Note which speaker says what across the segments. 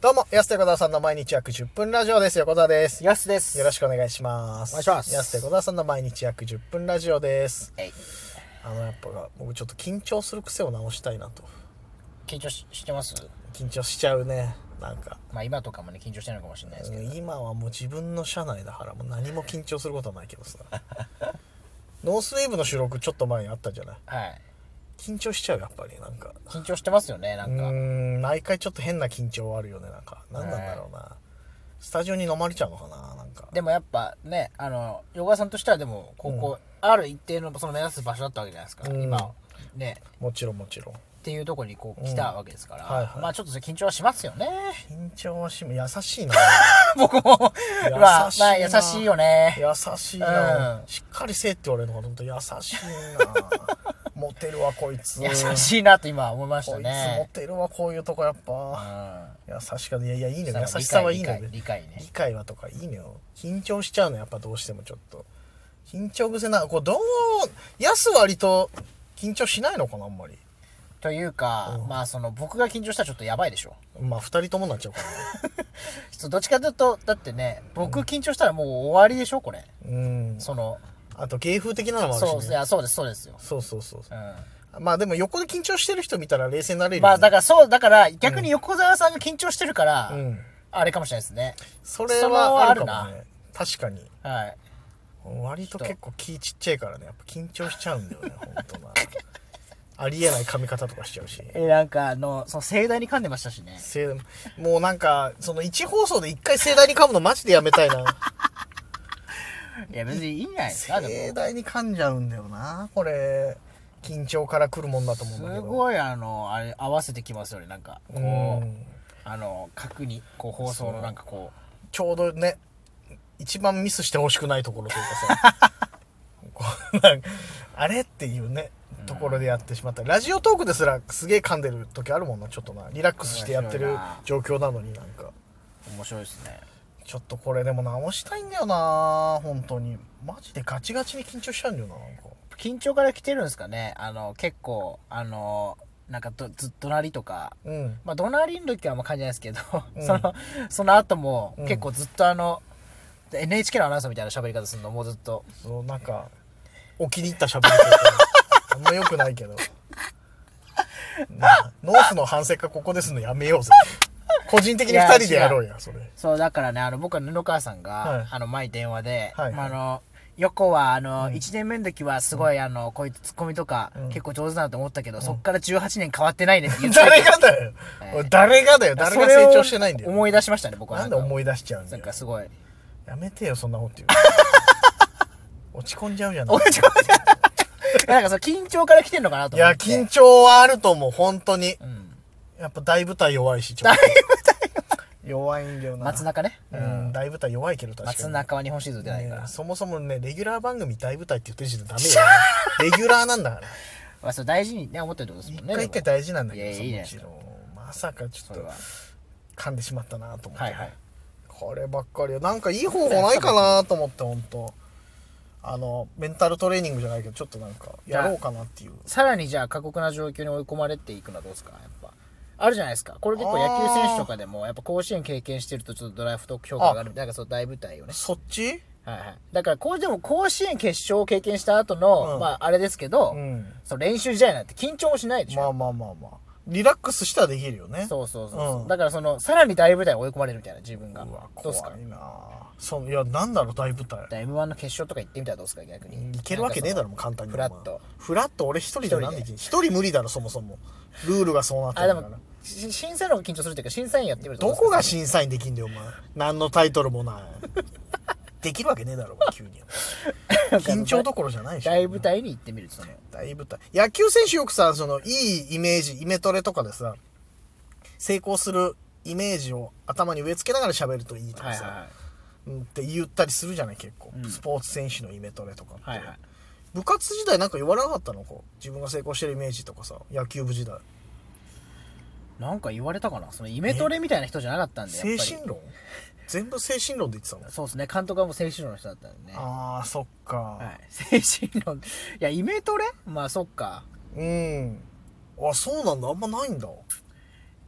Speaker 1: どうも、安手小沢さんの毎日約10分ラジオです。横澤です。よ
Speaker 2: やすです。
Speaker 1: ろしくお願いします。
Speaker 2: お願いします
Speaker 1: 安手小沢さんの毎日約10分ラジオです。
Speaker 2: えい
Speaker 1: あの、やっぱ、僕ちょっと緊張する癖を直したいなと。
Speaker 2: 緊張ししてます
Speaker 1: 緊張しちゃうね。なんか、
Speaker 2: まあ今とかもね、緊張してるのかもしれないですけど。
Speaker 1: 今はもう自分の車内だから、もう何も緊張することはないけどさ。 ノースウェーブの収録ちょっと前にあったじゃない
Speaker 2: はい。
Speaker 1: 緊張しちゃう、やっぱり。なんか。
Speaker 2: 緊張してますよね、な
Speaker 1: うん
Speaker 2: か。
Speaker 1: ーん、毎回ちょっと変な緊張はあるよね。なんか、何なんだろうな。スタジオに飲まれちゃうのかななんか。
Speaker 2: でもやっぱね、あの、ヨガさんとしてはでも、ここ、ある一定のその目指す場所だったわけじゃないですか。
Speaker 1: うん
Speaker 2: 今、ね、
Speaker 1: もちろんもちろん。
Speaker 2: っていうところにこう来たわけですから。
Speaker 1: はいはい
Speaker 2: まあちょっとそれ緊張はしますよね。
Speaker 1: 緊張はしむ優しいな
Speaker 2: 僕も、
Speaker 1: な
Speaker 2: まあ、まあ優しいよね。
Speaker 1: 優しいな、
Speaker 2: うん
Speaker 1: しっかりせえって言われるのかと思ったら優しい なモテるわこいつ
Speaker 2: 優しいなと今思いました
Speaker 1: こいつモ
Speaker 2: ね。
Speaker 1: テるわこういうとこやっ
Speaker 2: う
Speaker 1: ぱ
Speaker 2: ん
Speaker 1: 優しかったいやいやいいのよ優しさはいいのよ
Speaker 2: 理解理解理解ね
Speaker 1: 理解はとかいいのよ緊張しちゃうのやっぱどうしてもちょっと緊張癖なこうどうやす割と緊張しないのかなあんまり
Speaker 2: というか、まあその僕が緊張したらちょっとやばいでしょ。
Speaker 1: まあ2人ともになっちゃうからね
Speaker 2: そうどっちかというとだってね僕緊張したらもう終わりでしょこれ
Speaker 1: うん
Speaker 2: その
Speaker 1: あと芸風的なのもある
Speaker 2: そう
Speaker 1: し
Speaker 2: い
Speaker 1: ね
Speaker 2: やそうですそうですよ、
Speaker 1: そうそうそう
Speaker 2: う
Speaker 1: まあでも横で緊張してる人見たら冷静になれるよね、
Speaker 2: ん、まあだからそうだから逆に横澤さんが緊張してるから、
Speaker 1: うん
Speaker 2: あれかもしれないですね
Speaker 1: それはあるか
Speaker 2: その
Speaker 1: も
Speaker 2: あ
Speaker 1: ね
Speaker 2: る
Speaker 1: 確かに
Speaker 2: はい
Speaker 1: 割と結構気ちっちゃいからねやっぱ緊張しちゃうんだよね 本当なありえない髪型とかしちゃうし
Speaker 2: えなんかあのその盛大に噛んでましたしね
Speaker 1: せいもうなんかその1放送で1回盛大に噛むのマジでやめ たいな
Speaker 2: いや別にいいんじゃない ですかで
Speaker 1: 盛
Speaker 2: も
Speaker 1: 大に噛んじゃうんだよなこれ緊張からくるもんだと思うんだけ
Speaker 2: す
Speaker 1: どい
Speaker 2: ごいあのあれ合わせてきますよねなんかこう、
Speaker 1: うん
Speaker 2: あの角にこう放送のなんかこう
Speaker 1: ちょうどね一番ミスしてほしくないところというかさこうなんかあれっていうねところでやってしまったラジオトークですらすげえ噛んでる時あるもんなちょっとなリラックスしてやってる状況なのになんか
Speaker 2: 面白いですね
Speaker 1: ちょっとこれでも直したいんだよな本当にマジでガチガチに緊張しちゃうんだよななんか
Speaker 2: 緊張から来てるんですかねあの結構あのなんかどずっとなりとか
Speaker 1: うん
Speaker 2: まあ、怒鳴りの時はあんま感じないですけど、
Speaker 1: うん
Speaker 2: その、その後も
Speaker 1: うん
Speaker 2: 結構ずっとあの、NHK のアナウンサーみたいな喋り方するの、もうずっと。
Speaker 1: そうなんかお気に入ったしゃべり方あんま良くないけどなあノースの反省かここですのやめようぜ個人的に2人でやろうやそれ
Speaker 2: そう、だからね、あの、僕は布川さんが、
Speaker 1: はい
Speaker 2: あの、前に電話で、
Speaker 1: はい
Speaker 2: まあ、あの、横は、あの、1年目の時はすごい、あの、こういうツッコミとか、
Speaker 1: うん
Speaker 2: 結構上手だなと思ったけど、そっから18年変わってないねって言ってたけ
Speaker 1: 誰
Speaker 2: ど
Speaker 1: がだよ、
Speaker 2: え
Speaker 1: おい誰がだよ誰が成長してないんだ
Speaker 2: それを
Speaker 1: よ
Speaker 2: 思い出しましたね、僕は。
Speaker 1: なんで思
Speaker 2: い
Speaker 1: い出しちゃうんだ
Speaker 2: なん
Speaker 1: よ
Speaker 2: かすごい。
Speaker 1: やめてよそんなこと言う落ち込んじゃうじゃない
Speaker 2: おいちょっと待ってなんかその緊張から来てんのかなと
Speaker 1: い
Speaker 2: 思
Speaker 1: や
Speaker 2: って。
Speaker 1: 緊張はあると思う本当に
Speaker 2: うん。
Speaker 1: やっぱ大舞台弱いしちょっ
Speaker 2: 大
Speaker 1: と弱いんだよな
Speaker 2: 松中ね。
Speaker 1: うん大舞台弱いけど確かに
Speaker 2: 松中は日本シリーズ出ないから。
Speaker 1: ねそもそもねレギュラー番組大舞台って言ってる時点でダメよレギュラーなんだ から
Speaker 2: まあ、それ大事にね、思ってるってことですも
Speaker 1: 一
Speaker 2: んね。
Speaker 1: 回一回
Speaker 2: でも
Speaker 1: 大事なんだけどさ
Speaker 2: いやいいね
Speaker 1: もちろんまさかちょっ
Speaker 2: それ
Speaker 1: と
Speaker 2: は。
Speaker 1: 噛んでしまったなと思って、
Speaker 2: はいはい。
Speaker 1: こればっかりはなんかいい方法ないかなと思って本当あのメンタルトレーニングじゃないけどちょっとなんかやろうかなっていう
Speaker 2: さらにじゃあ、過酷な状況に追い込まれていくのはどうですかやっぱ。あるじゃないですか。これ結構野球選手とかでも、やっぱ甲子園経験してるとちょっとドラフト評価が上がるみたいな、なんかそう大舞台をね。
Speaker 1: そっち
Speaker 2: はいはい。だから、こう、でも甲子園決勝を経験した後の、
Speaker 1: うん
Speaker 2: まあ、あれですけど、
Speaker 1: うん
Speaker 2: その練習試合なんて緊張もしないでし
Speaker 1: ま
Speaker 2: ょ。
Speaker 1: あまあまあまあリラックスしたらできるよね
Speaker 2: そうそうそうそう、
Speaker 1: うん
Speaker 2: だから、その、さらに大舞台に追い込まれるみたいな、自分が。
Speaker 1: うわ
Speaker 2: どう
Speaker 1: 怖
Speaker 2: ですか
Speaker 1: いなそういやなんだろう大舞台
Speaker 2: M1 の決勝とか行ってみたらどうですか逆に。
Speaker 1: いけるわけねえだろもう簡単に
Speaker 2: フラット。
Speaker 1: フラット俺一人でなんで
Speaker 2: 一人で
Speaker 1: 一人無理だろそもそもルールがそうなって
Speaker 2: あ、
Speaker 1: る
Speaker 2: で
Speaker 1: んだか
Speaker 2: も
Speaker 1: ら、
Speaker 2: し審査員の方が緊張するっていうか、審査員やってみると
Speaker 1: どこ
Speaker 2: う
Speaker 1: が
Speaker 2: ですか
Speaker 1: 審査員できんだよお前何のタイトルも ないできるわけねえだろお前急に 緊張どころじゃないでしょ
Speaker 2: 大舞台に行ってみるその
Speaker 1: 大舞台野球選手よくさそのいいイメージイメトレとかでさ成功するイメージを頭に植え付けながら喋るといいとかさ、うんって言ったりするじゃない結構、
Speaker 2: うん
Speaker 1: スポーツ選手のイメトレとかって、
Speaker 2: はいはい
Speaker 1: 部活時代なんか言われなかったのこう自分が成功してるイメージとかさ野球部時代
Speaker 2: なんか言われたかなそのイメトレみたいな人じゃなかったんでやっぱ
Speaker 1: 精
Speaker 2: り
Speaker 1: 神論全部精神論で言ってたの
Speaker 2: そうですね監督はもう精神論の人だったんでね
Speaker 1: あーそっか、
Speaker 2: はい、 精神論いやイメトレまあそっか
Speaker 1: うんあそうなんだあんまないんだ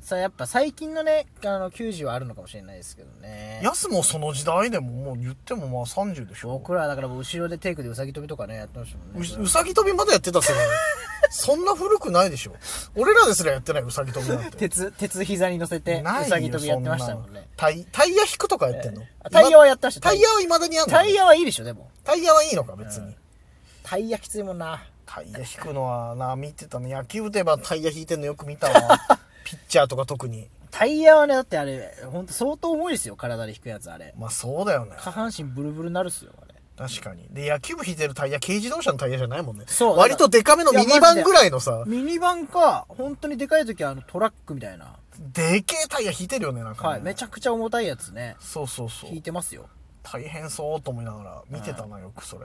Speaker 2: さやっぱ最近のねあの球児はあるのかもしれないですけどね
Speaker 1: やすもその時代でももう言ってもまあ30でしょ
Speaker 2: 僕らだから後ろでテイクでうさぎ跳びとかねやってましたもん
Speaker 1: う
Speaker 2: ね
Speaker 1: うさぎ跳びまだやってたっすよね そんな古くないでしょ俺らですらやってないうさぎ跳びなんて
Speaker 2: 鉄鉄膝に乗せてう
Speaker 1: ないよ
Speaker 2: さぎ跳びやってましたもんね
Speaker 1: そなのタイタイヤ引くとかやってんの
Speaker 2: あタイヤはやってました
Speaker 1: タイヤはいまだにやんの
Speaker 2: タイヤはいいでしょでも
Speaker 1: タイヤはいいのか別に、
Speaker 2: タイヤきついもんな
Speaker 1: タイヤ引くのはな見てたの野球でばタイヤ引いてんのよく見た わピッチャーとか特に
Speaker 2: タイヤはねだってあれ本当相当重いですよ体で引くやつあれ
Speaker 1: まあそうだよね
Speaker 2: 下半身ブルブルなるっすよあれ
Speaker 1: 確かにで野球部引いてるタイヤ軽自動車のタイヤじゃないもんね
Speaker 2: そう
Speaker 1: 割とデカめのミニバンぐらいのさ
Speaker 2: ミニバンか本当にでかい時はあのトラックみたいな
Speaker 1: でけえタイヤ引いてるよねなんかね、
Speaker 2: はいめちゃくちゃ重たいやつね
Speaker 1: そうそうそう
Speaker 2: 引いてますよ
Speaker 1: 大変そうと思いながら見てたなよくそれ、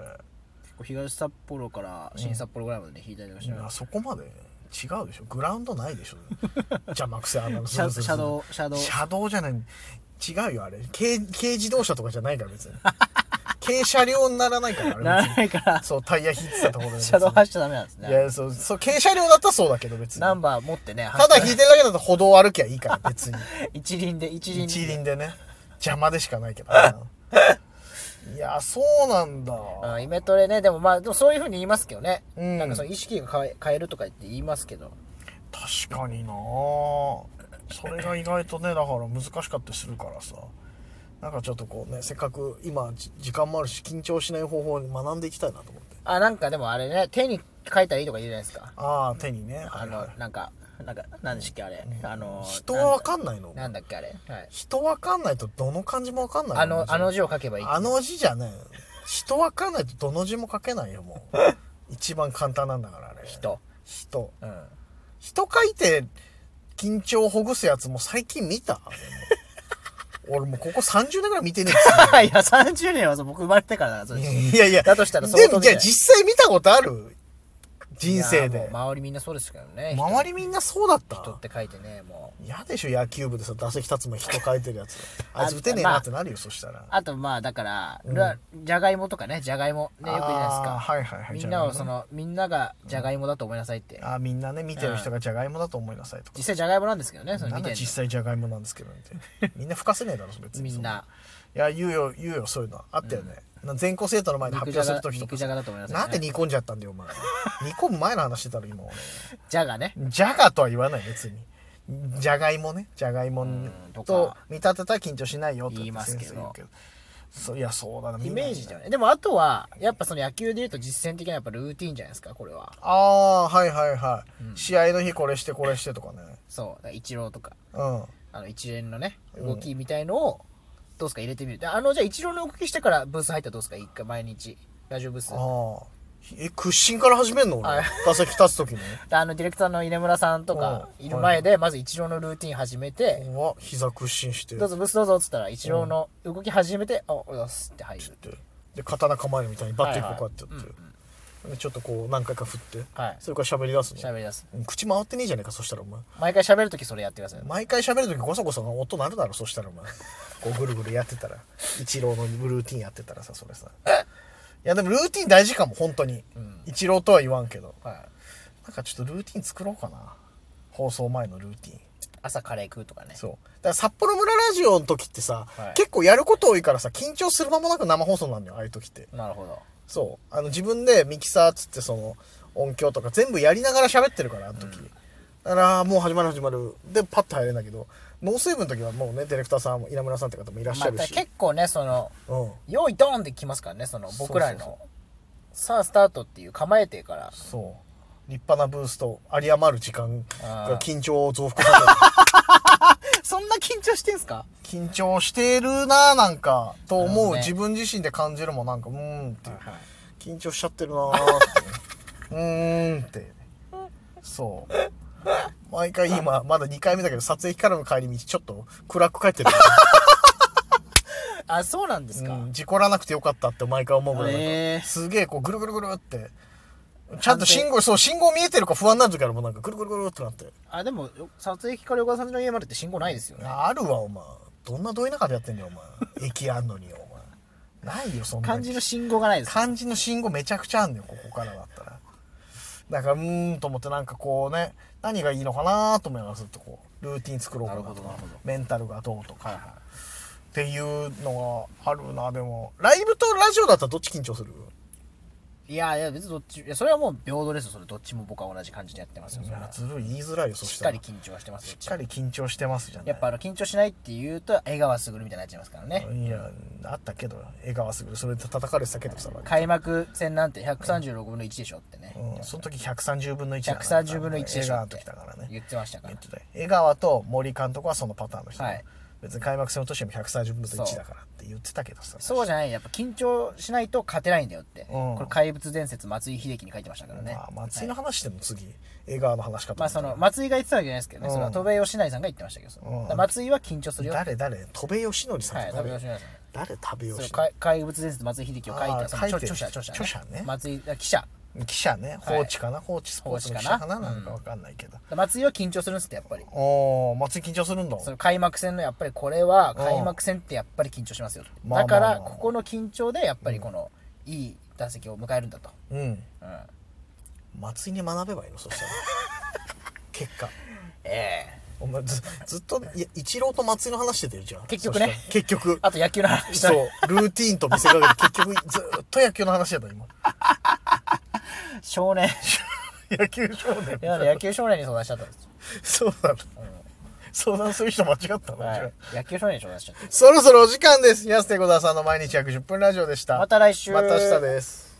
Speaker 2: 結構東札幌から新札幌ぐらいまでね引いたりとかして
Speaker 1: あそこまで違うでしょグラウンドないでしょ邪魔くせあ の
Speaker 2: シャシャドウシャドウ
Speaker 1: シャドウじゃない違うよあれ軽軽自動車とかじゃないから別 に軽車両にならないからあれ別に
Speaker 2: ならないから
Speaker 1: そうタイヤ引いてたところで別に
Speaker 2: シャドウ走っちゃダメなんです
Speaker 1: い
Speaker 2: ね
Speaker 1: やそうそう軽車両だったらそうだけど別に
Speaker 2: ナ
Speaker 1: た
Speaker 2: ンバー持ってね
Speaker 1: だ引いてるだけだと歩道を歩きゃいいから別 に
Speaker 2: 一輪で一輪で
Speaker 1: 一輪でね邪魔でしかない けどないやそうなんだ
Speaker 2: うんイメトレねでもまあでもそういうふうに言いますけどね、
Speaker 1: うん
Speaker 2: なんかその意識が変え変えるとか言って言いますけど
Speaker 1: 確かになそれが意外とねだから難しかったりするからさなんかちょっとこうねせっかく今じ時間もあるし緊張しない方法に学んでいきたいなと思って
Speaker 2: あなんかでもあれね手に書いたらいいとか言うじゃないですか
Speaker 1: ああ手にねは
Speaker 2: あ
Speaker 1: いは
Speaker 2: の
Speaker 1: い
Speaker 2: なんかなんか何でしたっけあれ、あの
Speaker 1: 人はわかんないの
Speaker 2: なんだっけあれ、はい、
Speaker 1: 人わかんないとどの漢字もわかんない
Speaker 2: あのあの
Speaker 1: 字
Speaker 2: 字を書けばいい
Speaker 1: あの字じゃね人わかんないとどの字も書けないよも う一番簡単なんだからあれ
Speaker 2: 人
Speaker 1: 人
Speaker 2: うん
Speaker 1: 人書いて緊張をほぐすやつも最近見 た俺もうここ30年ぐらい見てねえっすよ
Speaker 2: いや30年はそう僕生まれてからだ からそうです
Speaker 1: いやいや。
Speaker 2: だとしたら相
Speaker 1: で
Speaker 2: 当
Speaker 1: も、
Speaker 2: 見て
Speaker 1: じゃ
Speaker 2: な
Speaker 1: あ
Speaker 2: い
Speaker 1: 実際見たことある人生
Speaker 2: いや
Speaker 1: で。
Speaker 2: もう周りみんなそうですけどね人
Speaker 1: 周りみんなそうだっ
Speaker 2: 人
Speaker 1: た
Speaker 2: って書いてねもう
Speaker 1: 嫌でしょ、野球部でさ、打席立つ前人書いてるやつ。あいつ打てねえなってなるよ、そしたら。
Speaker 2: あとまあだから、らじゃがいもとかねじゃがいもねよく言うじゃないです
Speaker 1: あ
Speaker 2: か
Speaker 1: ーはいはいはい
Speaker 2: みんなを
Speaker 1: じ
Speaker 2: そ
Speaker 1: ゃがいもね
Speaker 2: のみんながじゃがいもだと思いなさいって、
Speaker 1: あー、みんなね、見てる人がじゃがいもだと思いなさいとか。
Speaker 2: 実際じゃがいもなんですけどねその
Speaker 1: な
Speaker 2: 見
Speaker 1: ん
Speaker 2: て
Speaker 1: で
Speaker 2: ん
Speaker 1: 実際じゃがいもなんですけどって。みんな吹かせねえだろ、別
Speaker 2: の
Speaker 1: に。
Speaker 2: みんな。
Speaker 1: いや、言うよ、言うよ、そういうの。あったよね。な全校生徒の前で発
Speaker 2: 肉
Speaker 1: 表す
Speaker 2: じゃ
Speaker 1: る
Speaker 2: が
Speaker 1: ときと
Speaker 2: 肉
Speaker 1: か
Speaker 2: じ
Speaker 1: さ。
Speaker 2: ゃがだと思いなさい、
Speaker 1: なんで煮込んじゃったんだよ、お前。煮込む前の話してたろ、今俺。
Speaker 2: じゃがね
Speaker 1: じゃがとは言わない別にじゃがいもねじゃがいも
Speaker 2: んとか
Speaker 1: と見立てたら緊張しないよって
Speaker 2: 言いますけど
Speaker 1: 先生言うそういやそうだな
Speaker 2: イメージだ
Speaker 1: ゃ
Speaker 2: よねでもあとはやっぱその野球でいうと実践的なやっぱルーティンじゃないですかこれは
Speaker 1: ああーはいはいはい、試合の日これしてこれしてとかね
Speaker 2: そうだからイチローとか
Speaker 1: うん
Speaker 2: あの一連のね動きみたいのをどうですか入れてみるであのじゃあ一郎の動きしてからブース入ったらどうですか一回毎日ラジオブース
Speaker 1: ああえ屈伸から始めんの俺打席立つ時に
Speaker 2: であのディレクターの稲村さんとか
Speaker 1: うん
Speaker 2: いる前でまず一郎のルーティン始めて
Speaker 1: うわ膝屈伸して
Speaker 2: どうぞブースどうぞっつったら一郎の動き始めてあおよすって入る
Speaker 1: ってで刀構えるみたいにバッてこうこうやってやって、
Speaker 2: はいはい
Speaker 1: でちょっとこう何回か振って、
Speaker 2: はい
Speaker 1: それから喋り出すの
Speaker 2: 喋り出す
Speaker 1: うん口回ってねえじゃねえかそしたらお前
Speaker 2: 毎回喋るときそれやってください
Speaker 1: 毎回喋るときごそごその音鳴るだろそしたらお前こうぐるぐるやってた ら一郎のルーティンやってたらさそれさいやでもルーティン大事かも本当に、一郎とは言わんけど
Speaker 2: はい
Speaker 1: なんかちょっとルーティン作ろうかな放送前のルーティン
Speaker 2: 朝カレー食うとかね
Speaker 1: そうだから札幌村ラジオの時ってさ、
Speaker 2: はい
Speaker 1: 結構やること多いからさ緊張する間もなく生放送なんだよああいう時って
Speaker 2: なるほど
Speaker 1: そうあの自分でミキサーっつってその音響とか全部やりながら喋ってるからあの時、だからもう始まる始まるでパッと入れんだけどノーセーブの時はもうねディレクターさんも稲村さんって方もいらっし
Speaker 2: ま
Speaker 1: ゃ
Speaker 2: あ
Speaker 1: るし、
Speaker 2: 結構ねその
Speaker 1: うん
Speaker 2: 用意ドーンってきますからねその僕ら
Speaker 1: そうそう
Speaker 2: のさあスタートっていう構えてから
Speaker 1: そう立派なブースと有り余る時間
Speaker 2: うん
Speaker 1: が緊張を増幅さ
Speaker 2: そんな緊張してんすか
Speaker 1: せ る緊張してるなぁなんかと
Speaker 2: なる
Speaker 1: 思
Speaker 2: ほ
Speaker 1: う、
Speaker 2: どね
Speaker 1: 自分自身で感じるもんなんかうーんっていう
Speaker 2: はい
Speaker 1: 緊張しちゃってるなー って、ね、うーんってそう毎回今まだ2回目だけど撮影からの帰り道ちょっと暗く帰ってる、
Speaker 2: あそうなんですか、
Speaker 1: うん、事故らなくてよかったって毎回思うぐらいなんか、
Speaker 2: へー
Speaker 1: すげえこうぐるぐるぐるってちゃんと信号そう信号見えてるか不安になる時からもうなんかぐるぐるぐるってなって
Speaker 2: あでもよ撮影機から横田さんの家までって信号ないですよね
Speaker 1: あるわお前どんなどい中でやってんだよお前駅あんのによお前ないよそんな
Speaker 2: 漢字の信号がないです
Speaker 1: 漢字の信号めちゃくちゃあんのよここからだったらだからうーんと思ってなんかこうね何がいいのかなと思いますずっとこうルーティン作ろうかな
Speaker 2: なるほどなるほど
Speaker 1: メンタルがどうとか、
Speaker 2: はいは
Speaker 1: っていうのがあるなでもライブとラジオだったらどっち緊張する
Speaker 2: いやいや別にどっちいやそれはもう平等ですよそれどっちも僕は同じ感じでやってますよそれは
Speaker 1: ずるい言いづらいよそ
Speaker 2: しっ
Speaker 1: した
Speaker 2: からり緊張してます
Speaker 1: しっかり緊張してますじゃない
Speaker 2: やっぱあの緊張しないって言うと江川卓みたいになっちゃいますからね
Speaker 1: いやあったけど江川卓それで叩かれてたけどさ、
Speaker 2: 開幕戦なんて136分の1でしょってね
Speaker 1: うん、その時130分の1
Speaker 2: 130分の1で
Speaker 1: 江
Speaker 2: しょ
Speaker 1: 川の
Speaker 2: って
Speaker 1: 時だからね
Speaker 2: 言ってましたか
Speaker 1: 言
Speaker 2: ら
Speaker 1: ってたよ江川と森監督はそのパターンの人、
Speaker 2: はい
Speaker 1: 別に開幕戦の年でも130分の
Speaker 2: そう
Speaker 1: 1だからって言ってたけどさ
Speaker 2: そうじゃないやっぱ緊張しないと勝てないんだよってこれ怪物伝説松井秀喜に書いてましたからね
Speaker 1: まあ、松井の話しても次、江川の話かと思
Speaker 2: まあ
Speaker 1: った
Speaker 2: そ
Speaker 1: ら
Speaker 2: の松井が言ってたわけじゃないですけどね、それは戸辺吉成さんが言ってましたけど、それ
Speaker 1: うん
Speaker 2: だから松井は緊張するよ。はい、
Speaker 1: 誰誰戸辺義則さんって
Speaker 2: 戸
Speaker 1: 誰、
Speaker 2: 辺吉成さん。
Speaker 1: 誰戸辺
Speaker 2: そ
Speaker 1: 義
Speaker 2: の
Speaker 1: 則
Speaker 2: 怪怪物伝説松井秀喜を書い
Speaker 1: あ
Speaker 2: た
Speaker 1: ー
Speaker 2: その
Speaker 1: 書いて
Speaker 2: 著
Speaker 1: る
Speaker 2: 者著者ね
Speaker 1: 著者ね
Speaker 2: 松井あ記者
Speaker 1: 記者ね
Speaker 2: い
Speaker 1: 放置かな、放置スポーツの記者かななんかわかんないけど、
Speaker 2: 松井は緊張するんですってやっぱり
Speaker 1: おお松井緊張するんだ
Speaker 2: その開幕戦のやっぱりこれは開幕戦ってやっぱり緊張しますよ
Speaker 1: うんまあ
Speaker 2: だか
Speaker 1: まあ
Speaker 2: ら
Speaker 1: まあまあ
Speaker 2: ここの緊張でやっぱりこのいい打席を迎えるんだと、
Speaker 1: うん
Speaker 2: うん、
Speaker 1: 松井に学べばいいのそしたら 結果
Speaker 2: ええ
Speaker 1: お前ずずっといや一郎と松井の話しててるじゃん
Speaker 2: 結局ね
Speaker 1: そしたら結 局
Speaker 2: あと野球の話だ
Speaker 1: そうルーティーンと見せかけて結局ずっと野球の話やった 今
Speaker 2: 少年
Speaker 1: 野球少年
Speaker 2: いや野球少年に相談しちゃったんです
Speaker 1: そ
Speaker 2: よ、
Speaker 1: うなの、相談する人間違ったの、
Speaker 2: は
Speaker 1: じゃあ
Speaker 2: い、野球少年に相談しちゃった
Speaker 1: そろそろお時間です安手小沢さんの毎日約10分ラジオでした
Speaker 2: また来週
Speaker 1: また明日です